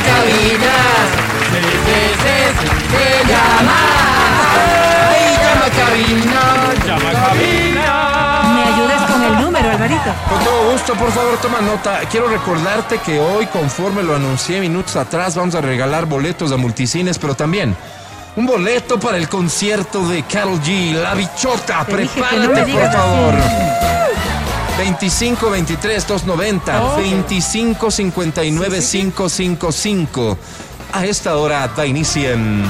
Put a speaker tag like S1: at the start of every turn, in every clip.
S1: cabina. Se, se, se, se, se llama. Ay, llama cabina.
S2: Llama cabina.
S3: ¿Me ayudas con el número, Alvarito?
S4: Con todo gusto, por favor, toma nota. Quiero recordarte que hoy, conforme lo anuncié minutos atrás, vamos a regalar boletos a multicines, pero también un boleto para el concierto de Carol G. La bichota,
S3: Te dije que no
S4: prepárate,
S3: me
S4: por
S3: digas así.
S4: favor. 25 23
S3: Ah,
S4: 290 25 59 555. A esta hora da inicio en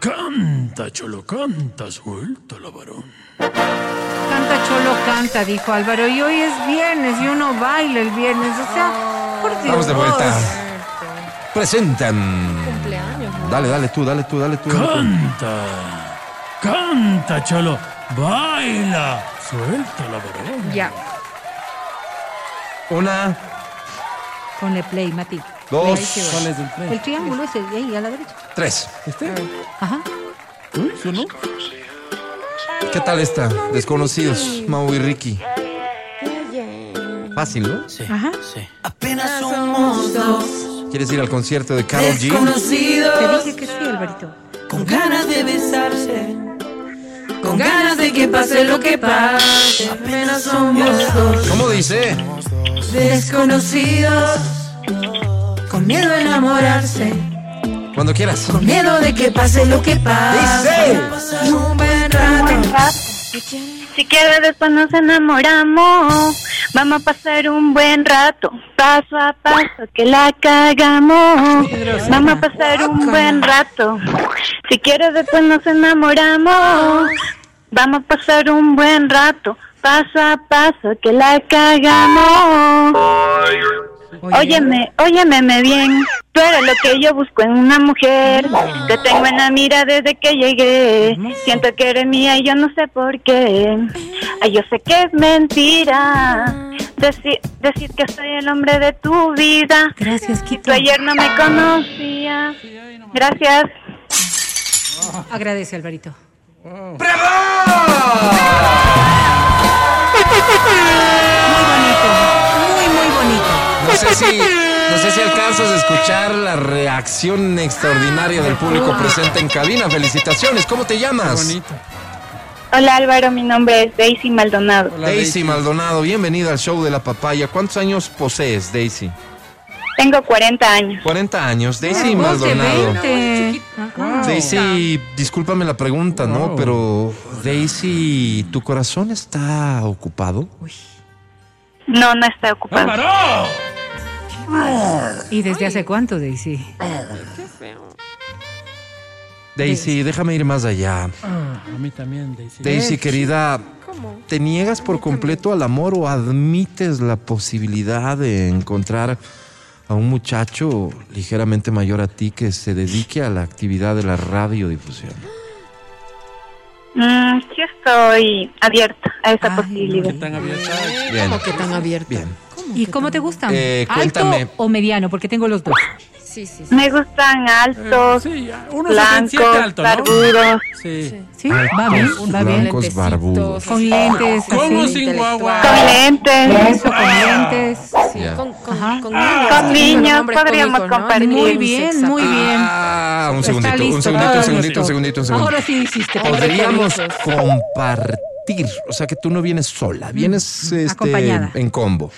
S2: Canta, cholo, canta, suelta la varón.
S3: Canta cholo, canta, dijo Álvaro. Y hoy es viernes y uno baila el viernes. O sea, por Dios.
S4: Vamos de vuelta. presentan.
S5: Cumpleaños.
S4: Dale, dale tú, dale tú, dale tú. dale tú.
S2: Canta, canta, cholo, baila, suelta la varón.
S5: Ya.
S4: Una,
S3: Ponle play, Mati.
S4: dos,
S6: ¿Cuál es el play?
S3: El triángulo ese de ahí a la derecha.
S4: tres.
S3: Ajá.
S6: ¿Eso no?
S4: ¿Qué tal esta? Desconocidos, Mau y Ricky. Fácil, ¿no?
S3: Ajá.
S1: Apenas somos dos
S4: ¿Quieres ir al concierto de Carol G?
S3: Te
S1: desconocidos
S3: dije que sí, Alvarito.
S1: con ganas de besarse, con ganas de que pase lo que pase. Apenas somos dos
S4: ¿Cómo dice?
S1: desconocidos con miedo a enamorarse,
S4: Cuando quieras.
S1: con miedo de que pase lo que pase.
S4: Dice.
S1: Pasar un buen rato.
S7: Si quieres después nos enamoramos, vamos a pasar un buen rato, paso a paso que la cagamos, vamos a pasar un buen rato. Si quieres después nos enamoramos, vamos a pasar un buen rato, paso a paso que la cagamos. Óyeme, óyememe bien, tú eres lo que yo busco en una mujer, te tengo en la mira desde que llegué, siento que eres mía y yo no sé por qué, ay yo sé que es mentira, decir, decir que soy el hombre de tu vida,
S3: Gracias,
S7: tú
S3: Quito.
S7: ayer no me conocías, gracias.
S3: Agradece, Alvarito.
S4: Mm.
S3: ¡Bravo! Muy bonito. Muy, muy bonito.
S4: No sé si, no sé si alcanzas a escuchar la reacción extraordinaria del público presente en cabina. Felicitaciones. ¿Cómo te llamas?
S6: Bonito.
S7: Hola Álvaro, mi nombre es Daisy Maldonado,
S6: Hola,
S4: Daisy Maldonado, bienvenida al show de la papaya. ¿Cuántos años posees, Daisy?
S7: tengo 40 años.
S4: 40 años. Daisy
S3: Vos de
S4: Maldonado.
S3: 20. Ajá.
S6: Wow.
S4: Daisy, discúlpame la pregunta, ¿no?
S6: Wow.
S4: Pero, Daisy, ¿tu corazón está ocupado?
S7: No, no está
S6: Ah,
S7: ocupado.
S2: ¡Álvaro!
S3: ¿Y desde hace cuánto, Daisy?
S4: Daisy, déjame ir más allá.
S6: Ah, a mí también, Daisy.
S4: Daisy, querida,
S5: ¿Cómo?
S4: ¿te niegas por completo al amor o admites la posibilidad de encontrar a un muchacho ligeramente mayor a ti que se dedique a la actividad de la radiodifusión?
S7: Mm, sí estoy abierta a esa
S3: Ay,
S7: posibilidad.
S6: ¿Qué tan abierta?
S4: Bien.
S5: ¿Cómo que tan abierta?
S4: Bien.
S3: ¿Y cómo te gustan?
S4: Eh,
S3: ¿Alto
S4: cuéntame.
S3: o mediano? Porque tengo los dos.
S5: Sí, sí, sí.
S7: Me gustan altos,
S6: Ah, Eh, Sí, ya, uno
S7: blancos,
S6: 77 alto, ¿no?
S7: barbudos.
S6: Sí.
S3: ¿Sí?
S4: Ah,
S3: Va bien, va bien.
S4: blancos
S5: Lentecitos,
S4: barbudos.
S5: así.
S3: Con lentes,
S6: ¿Cómo
S3: así.
S6: sin guagua?
S7: Con lentes.
S3: Eso, con lentes.
S5: Sí,
S4: Ya.
S5: Con, con,
S3: Ajá.
S5: con
S7: Con niños,
S5: nombres
S7: podríamos
S5: cómicos, ¿no?
S7: compartir.
S3: Muy bien, muy bien.
S4: Ah, un
S3: Está
S4: segundito,
S3: listo.
S4: un segundito,
S3: Ah,
S4: un segundito, un
S3: listo.
S4: segundito, un segundito.
S3: Ahora sí hiciste.
S4: Podríamos
S5: Ahora que
S4: compartir, o sea que tú no vienes sola, vienes este,
S3: Acompañada.
S4: en combo.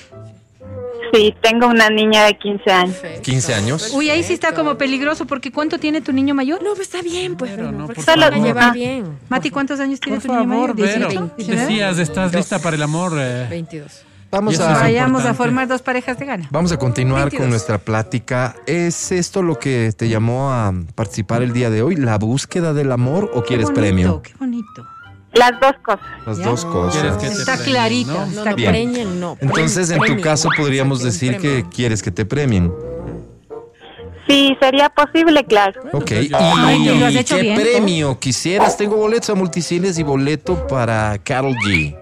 S7: Sí, tengo una niña de 15 años.
S5: Perfecto,
S4: 15 años.
S3: Uy, ahí sí está
S5: perfecto.
S3: como peligroso, porque ¿cuánto tiene tu niño mayor?
S5: No, pero está bien, pues. Pero
S6: no, por
S5: se van a
S7: favor.
S5: llevar bien.
S3: Mati, ¿cuántos años tiene
S6: Por
S3: tu niño mayor?
S6: favor, Vero.
S3: ¿18? ¿19?
S6: Decías, estás lista para el amor. eh.
S5: 22.
S4: Vamos
S6: Eso
S4: a,
S6: es importante.
S3: Vayamos a formar dos parejas de gana.
S4: vamos a continuar
S3: 22.
S4: con nuestra plática. ¿Es esto lo que te llamó a participar el día de hoy? ¿La búsqueda del amor o quieres
S3: bonito,
S4: premio?
S3: Qué bonito.
S7: Las dos cosas.
S4: Las
S5: Ya.
S4: dos
S6: ¿Quieres que
S4: cosas.
S6: te
S3: Está
S6: premien,
S3: clarita,
S6: no?
S3: está
S5: No, no,
S4: Bien.
S5: preñen, no.
S4: Entonces, en tu
S5: Premien,
S4: caso
S5: no,
S4: podríamos
S5: saquen
S4: decir que
S5: premio.
S4: quieres que te premien.
S7: Sí, sería posible, claro.
S4: Ok,
S6: entonces
S4: ¿y
S6: yo- Ay,
S3: y lo has hecho
S4: qué
S3: bien, ¿no?
S4: premio quisieras? Tengo boletos a multicines y boleto para Carol G.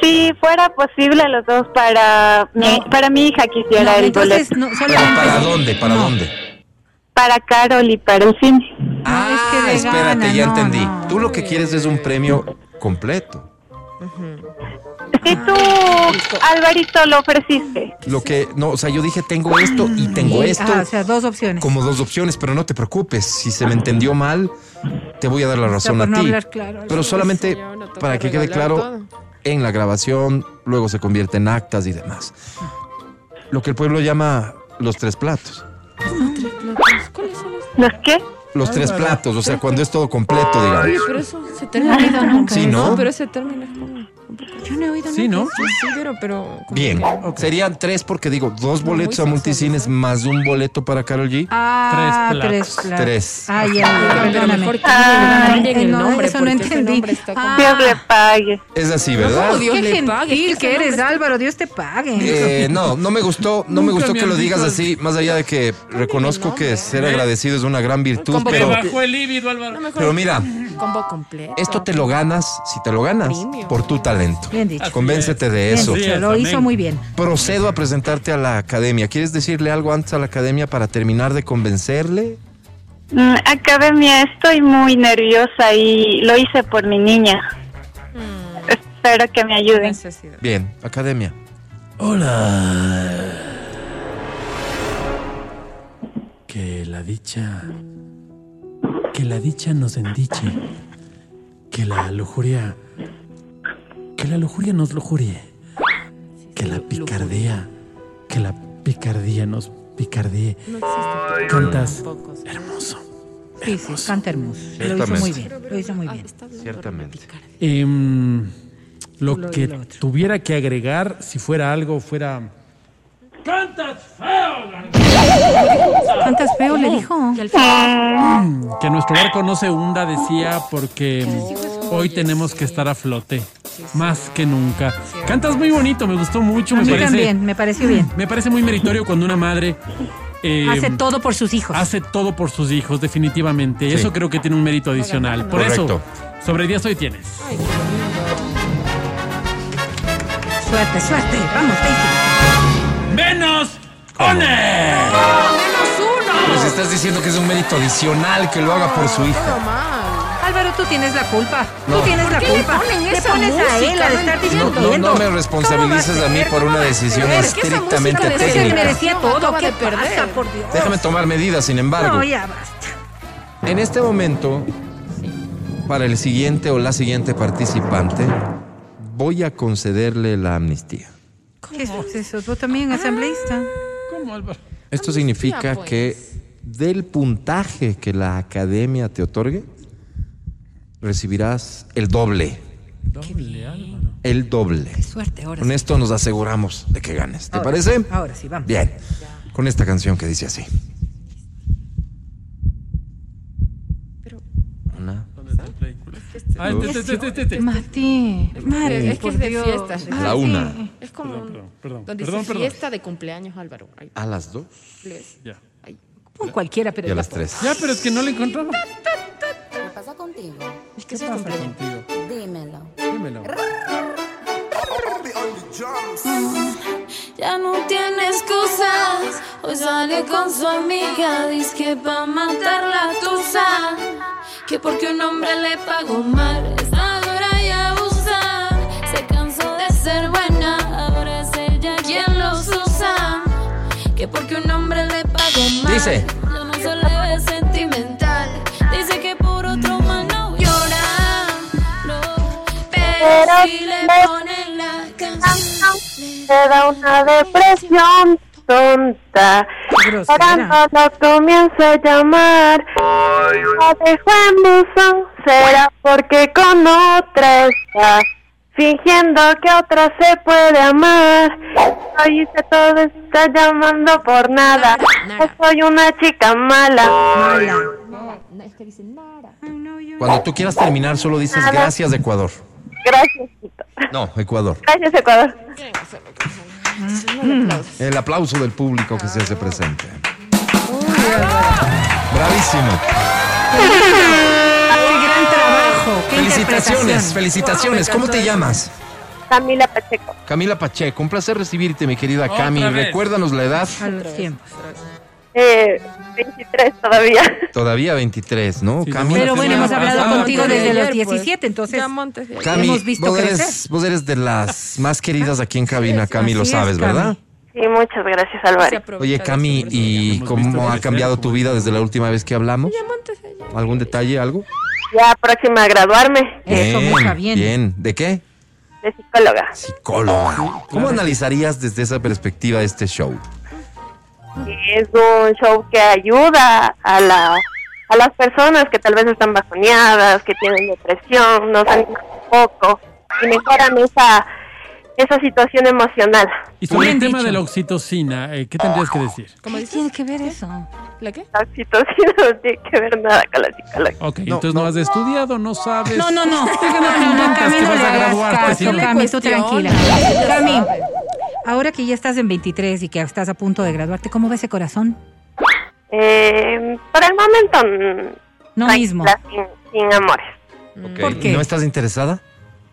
S7: Si fuera posible los dos para mi, para mi hija quisiera
S3: No,
S7: el
S3: entonces,
S7: boleto.
S3: no,
S4: ¿Pero
S3: solamente...
S4: para dónde? ¿Para
S3: pues, No.
S4: dónde?
S7: Para Carol y para el cine.
S3: No, es que de
S4: Ah, espérate,
S3: gana,
S4: ya
S3: no,
S4: entendí.
S3: no.
S4: Tú lo que quieres es un premio completo.
S7: Y tú, Alvarito, lo ofreciste.
S4: Lo que, no, o sea, yo dije tengo esto y tengo
S3: Y-
S4: esto
S3: ah, o sea, dos opciones.
S4: como dos opciones, pero no te preocupes, si se me entendió mal, te voy a dar la razón
S3: Ah. por
S4: a
S3: no
S4: ti.
S3: hablar claro.
S4: Pero solamente
S5: Sí, ahora toca
S4: para que quede
S5: regalar
S4: claro,
S5: todo.
S4: en la grabación, luego se convierte en actas y demás. Lo que el pueblo llama los tres platos.
S7: ¿Los qué?
S3: Ah,
S4: Los tres platos, o sea, cuando es todo completo, digamos.
S5: Oye, pero eso se termina.
S3: oído nunca
S4: Sí, ¿no?
S5: No, pero ese término es como. Yo no he oído
S6: Sí,
S5: nunca
S6: ¿no?
S5: eso. Sí, pero. pero como
S4: Bien,
S5: que-
S4: serían tres porque digo, dos boletos a
S5: muy
S4: multicines
S5: sensual,
S4: más un boleto para Carol G.
S3: Ah,
S6: Tres
S3: tres
S6: platos.
S3: platos.
S4: Tres.
S3: Ah, ya,
S5: Pero
S3: ya, perdóname.
S5: mejor que
S7: Ah,
S5: le cambien el
S3: no,
S5: nombre,
S3: eso no
S5: porque ese
S3: entendí.
S5: nombre está como-
S3: Ah.
S7: Dios le pague.
S4: Es así,
S5: No,
S4: ¿verdad?
S5: Dios
S3: Qué
S5: le
S3: gentil
S5: pague, es que ese
S3: que eres,
S5: nombre está-
S3: Álvaro. Dios te pague.
S4: Eh, no, no me gustó, no me
S6: Nunca
S4: gustó
S6: me
S4: que
S6: han
S4: lo digas
S6: dicho
S4: así, más allá de que reconozco que ser agradecido es una gran virtud,
S5: Como que
S6: Te
S4: pero,
S6: bajó el líbido, Álvaro.
S5: No, mejor
S4: pero mira,
S5: Combo completo.
S4: esto te lo ganas, si te lo ganas,
S5: Premium.
S4: por tu talento.
S3: Bien dicho.
S4: Convéncete de
S3: Bien
S4: eso.
S6: Sí,
S3: dicho, lo
S6: amén.
S3: hizo muy bien.
S4: Procedo a presentarte a la academia. ¿Quieres decirle algo antes a la academia para terminar de convencerle?
S7: Mm, Academia, estoy muy nerviosa y lo hice por mi niña. Espero que me ayuden.
S5: Necesidad.
S4: Bien, academia.
S2: Hola. Que la dicha. Que la dicha nos endiche. Que la lujuria. Que la lujuria nos lujurie. Que la picardía. Que la picardía nos picardíe.
S5: No existe.
S2: Cantas
S5: Tampoco. sí.
S2: hermoso.
S3: Sí, sí, canta hermoso. Lo hizo
S4: Pues, Ciertamente.
S3: muy bien. Lo hizo muy bien.
S5: Está bien,
S4: Ciertamente.
S5: pero me picaron.
S6: Em, lo que
S3: lo otro.
S6: tuviera que agregar, si fuera algo, fuera.
S3: ¿Cuántas feo le dijo?
S6: Que nuestro barco no se hunda, decía, porque hoy tenemos que estar a flote, más que nunca. Cantas muy bonito, me gustó mucho,
S3: A
S6: me
S3: mí
S6: parece,
S3: también, me pareció bien.
S6: me parece muy meritorio cuando una madre eh,
S3: Hace todo por sus hijos.
S6: hace todo por sus hijos, definitivamente. Eso creo que tiene un mérito adicional. Por
S4: Correcto.
S6: eso, sobre 10 hoy tienes.
S3: Suerte, suerte. Vamos, Daisy.
S6: ¡Menos! ¡One!
S4: Pues estás diciendo que es un mérito adicional que lo haga por su hija.
S3: Álvaro, tú tienes la culpa.
S4: No.
S3: Tú tienes la
S5: qué le
S3: culpa.
S5: ponen
S3: le
S5: esa
S3: pones a
S5: música?
S3: él a
S5: No
S3: estar
S4: No,
S5: entiendo.
S3: discutiendo.
S4: no, no me
S3: ¿Cómo va
S4: responsabilices a mí
S3: ser?
S4: por una
S3: ¿Cómo va a
S4: decisión
S3: ser?
S5: Es que esa
S4: estrictamente
S5: música
S3: Usted se
S5: técnica.
S3: merecía todo.
S5: Acaba
S3: ¿Qué
S5: de
S3: pasa,
S5: perder.
S3: por Dios?
S4: Déjame tomar medidas, sin embargo.
S3: No, ya basta.
S4: En este momento, para el siguiente o la siguiente participante, voy a concederle la amnistía.
S3: ¿Qué es eso? Tú
S5: Ah.
S3: también, asambleísta.
S6: ¿Cómo, Álvaro?
S4: Esto significa
S5: pues.
S4: que del puntaje que la academia te otorgue, recibirás el doble.
S6: Doble, Álvaro.
S4: El doble.
S3: Suerte, ahora
S4: Con
S3: sí.
S4: esto nos aseguramos de que ganes. ¿Te
S3: Ahora,
S4: parece?
S3: Ahora sí, vamos.
S4: Bien. Con esta canción que dice así. Una.
S6: Ah, este, este, este, este, este.
S3: Mati, Mati,
S5: Es que
S3: por
S5: es de
S3: Dios.
S5: fiestas. es-
S4: La una.
S5: Es como.
S6: perdón,
S5: donde
S6: perdón,
S5: dice
S6: perdón.
S8: este-".
S5: fiesta de cumpleaños, Álvaro. Ay,
S4: A las dos
S5: cumples.
S6: Ya.
S5: Ay,
S3: Pon cualquiera, pero
S4: y a las tres.
S6: Ya, pero es que no le encontraba.
S8: ¿Qué pasa contigo?
S5: es que es cumpleaños.
S6: Contigo.
S8: Dímelo.
S6: Dímelo.
S9: Ya no tiene excusas, hoy sale con su amiga, dice que va a matar la tusa, que porque un hombre le pagó mal, es adora y abusa, se cansó de ser buena, ahora es ella quien los usa, que porque un hombre le pagó mal,
S4: Dice.
S9: ya no se le ve sentimental, dice que por otro mal no llora, no, pero
S7: Pero
S9: si le
S7: le-
S9: ponen la canción.
S7: Te da una depresión tonta.
S3: Grosera.
S7: Ahora no comienza a llamar. La dejó en buzón. Será porque con otra está. Fingiendo que otra se puede amar. Hoy hice todo, está llamando por nada.
S5: Nada.
S7: Soy una chica mala.
S4: Cuando tú quieras terminar, solo dices gracias, Ecuador.
S7: Gracias, Tito.
S4: No, Ecuador.
S7: Gracias, Ecuador.
S4: El aplauso del público que se hace presente. Bravísimo.
S3: ¡Qué gran trabajo! ¡Qué
S4: Felicitaciones,
S3: interpretación!
S4: felicitaciones. ¿Cómo te llamas?
S7: Camila Pacheco.
S4: Camila Pacheco, un placer recibirte, mi querida
S6: Otra
S4: Cami.
S6: vez.
S4: Recuérdanos la edad.
S3: A los tiempos.
S7: Eh, 23 todavía.
S4: Todavía 23, ¿no?
S6: Sí,
S4: Cami,
S3: Pero
S6: la
S3: bueno,
S6: semana
S3: hemos hablado
S6: pasada,
S3: contigo
S6: con
S3: desde
S5: ayer,
S3: los
S5: pues.
S3: 17, entonces.
S5: Ya montes. ya.
S4: Cami,
S3: hemos visto
S4: vos, eres,
S3: crecer.
S4: vos eres de las más queridas aquí en cabina, Cami, lo
S3: así es,
S4: sabes,
S3: Cami.
S4: ¿verdad?
S7: Sí, muchas gracias,
S5: Se
S7: Álvaro.
S5: aprovecha
S4: Oye,
S5: de
S4: Cami,
S5: su
S4: ¿y
S6: hemos visto
S4: cómo ha
S6: crecer,
S4: cambiado
S6: como-
S4: tu vida desde la última vez que hablamos?
S5: personalidad. Montes,
S4: ¿Algún detalle, algo?
S7: Ya próxima a graduarme
S3: Eso, mucha bien. Ah,
S4: Bien, ¿de qué?
S7: de psicóloga.
S4: Psicóloga. ¿Cómo analizarías desde esa perspectiva este show?
S7: Es un show que ayuda a la a las personas que tal vez están bajoneadas, que tienen depresión, nos animan un poco y mejoran esa esa situación emocional.
S6: Y sobre el
S3: Bien
S6: tema
S3: dicho.
S6: de la oxitocina, eh, ¿qué tendrías que decir?
S5: ¿Cómo
S8: ¿Qué
S5: dices?
S8: tiene que ver eso?
S5: ¿La qué?
S7: La situación no tiene que ver nada con la psicología.
S6: Ok, entonces no. has estudiado, no sabes.
S3: No, no, no. No, no, no,
S6: inventas
S3: Cami,
S6: que
S3: no
S6: vas
S3: le
S6: a
S3: hagas
S6: graduarte,
S3: caso,
S6: sino-
S3: Cami, tú tranquila.
S5: Cuestiona.
S3: Cami,
S5: sabe.
S3: ahora que ya estás en 23 y que estás a punto de graduarte, ¿cómo va ese corazón?
S7: Eh, por el momento mm,
S3: No
S7: tranquila,
S3: mismo.
S7: Sin, sin amores.
S3: ¿Por qué? Ah.
S4: ¿No estás interesada?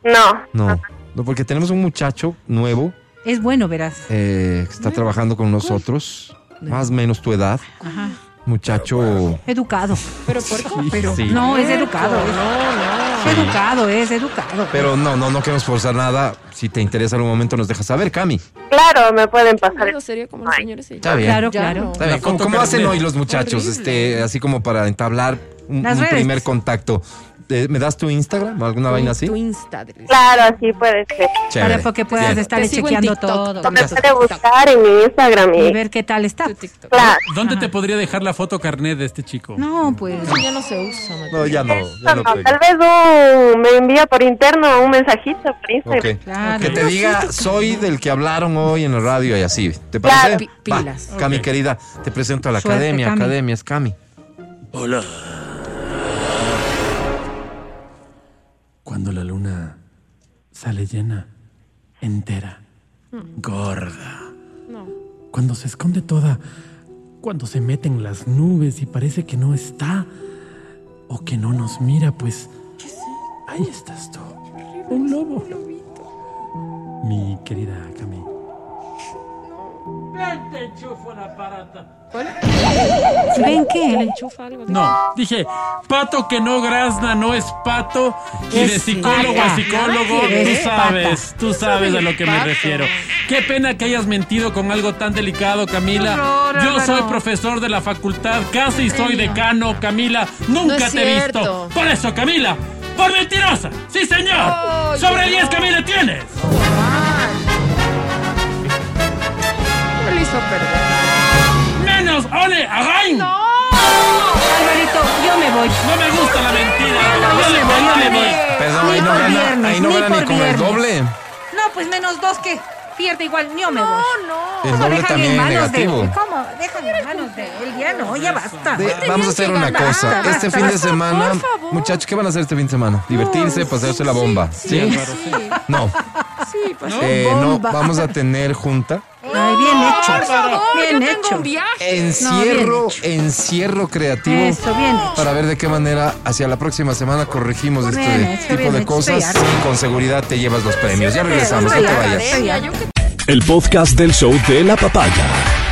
S7: No.
S4: No. No, porque tenemos un muchacho nuevo
S3: Es bueno, verás.
S4: eh, que
S3: Ah.
S4: está trabajando con nosotros, más o menos tu edad.
S3: Ajá.
S4: Muchacho.
S3: Educado.
S5: Pero puerco.
S4: Sí.
S3: No, es educado. es-
S5: No, no.
S3: Es educado, es educado.
S4: Pero no, no, no queremos forzar nada. Si te interesa en algún momento, nos dejas saber, Cami.
S7: Claro, me pueden pasar.
S5: Eso sería como los
S7: Ay.
S5: señores y
S4: Está bien.
S3: Claro,
S5: Ya
S3: claro.
S5: no.
S4: Está bien.
S6: La
S4: ¿Cómo,
S6: foto
S4: cómo hacen
S6: carnet.
S4: hoy los muchachos?
S5: Horrible.
S4: Este, así como para entablar un,
S3: Las
S4: un
S3: redes.
S4: primer contacto. Eh, ¿Me das tu Instagram? ¿Alguna vaina así?
S5: Tu Insta. Adri.
S7: Claro, sí puede ser.
S4: Chévere.
S3: Para que puedas
S4: Bien.
S3: estarle
S5: Te sigo en
S3: chequeando
S5: TikTok,
S3: todo.
S5: TikTok,
S7: Me
S4: Ya.
S7: puede buscar en mi Instagram
S3: Y
S7: y
S3: ver qué tal está.
S5: Tu TikTok.
S7: claro.
S6: ¿Dónde
S3: Ajá.
S6: te podría dejar la foto carnet de este chico?
S3: No, pues.
S5: Eso ya no se usa, Mateo.
S4: No, ya no. Ya
S7: Eso
S4: no
S7: no,
S4: pega.
S7: tal vez un- me envía por interno un mensajito por Instagram.
S4: Ok.
S3: Claro.
S4: Que te diga, soy del que hablaron hoy en la radio y así. ¿Te
S7: Claro.
S4: parece?
S5: Pi-
S4: Va,
S5: pilas.
S4: Cami, querida, te presento a la
S3: Suerte,
S4: academia.
S3: Cami.
S4: Academia es Cami.
S2: Hola. Cuando la luna sale llena, entera, gorda.
S5: No.
S2: Cuando se esconde toda, cuando se meten las nubes y parece que no está o que no nos mira, pues ahí estás tú, un lobo. Mi querida Cami.
S3: ¿Ven qué?
S5: Chufa algo.
S6: No, dije, pato que no grazna no es pato. Y de
S3: Es
S6: psicólogo
S3: pata.
S6: a psicólogo, tú
S3: Es
S6: sabes, tú sabes a lo que me
S5: pato.
S6: refiero. Qué pena que hayas mentido con algo tan delicado, Camila.
S3: Qué horror,
S6: Yo soy
S3: Álvaro.
S6: profesor de la facultad, casi soy decano, Camila. Nunca
S5: No es
S6: te he
S5: cierto.
S6: visto. Por eso, Camila, por mentirosa. Sí, señor.
S5: Ay,
S6: Sobre
S5: no.
S6: 10, Camila, tienes.
S5: Me lo hizo perder.
S6: Menos, ole, again. No.
S3: Alvarito, yo me voy.
S6: me gusta la mentira.
S3: No,
S6: Yo le
S3: no,
S6: voy, yo le
S3: no,
S6: voy.
S3: no.
S4: Perdón,
S3: Ni
S4: ahí no
S3: por
S4: gana,
S3: viernes,
S4: ahí no
S3: ni
S4: gana
S3: por
S4: ni con el
S3: viernes.
S4: doble.
S3: No, pues menos dos que pierde igual. Yo me voy.
S5: No,
S4: El doble
S3: dejan en
S4: también es
S3: manos
S4: negativo. Pues,
S3: de ¿Cómo? Dejan en manos de él. Ya no, ya basta.
S4: De- vamos a hacer una
S3: ganar.
S4: cosa.
S3: Basta,
S4: Este
S3: basta,
S4: fin de
S3: basta,
S4: semana,
S5: por favor.
S4: muchachos, ¿qué van a hacer este fin de semana? Divertirse, pasarse la bomba. ¿Sí?
S5: sí,
S4: No,
S5: sí, pues.
S4: eh, no,
S3: Bomba.
S4: vamos a tener junta.
S3: Ay, bien hecho.
S5: Por favor,
S3: bien
S5: yo
S3: hecho.
S5: tengo un viaje.
S4: Encierro, encierro creativo.
S3: Eso, bien hecho.
S4: Para ver de qué manera hacia la próxima semana corregimos este
S3: Bien hecho,
S4: tipo
S3: bien
S4: de
S3: hecho,
S4: cosas
S3: estoy
S4: y con seguridad te llevas los premios. Ya regresamos, no
S3: Estoy
S4: te
S3: harta,
S4: vayas.
S3: estoy harta.
S10: El podcast del show de la papaya.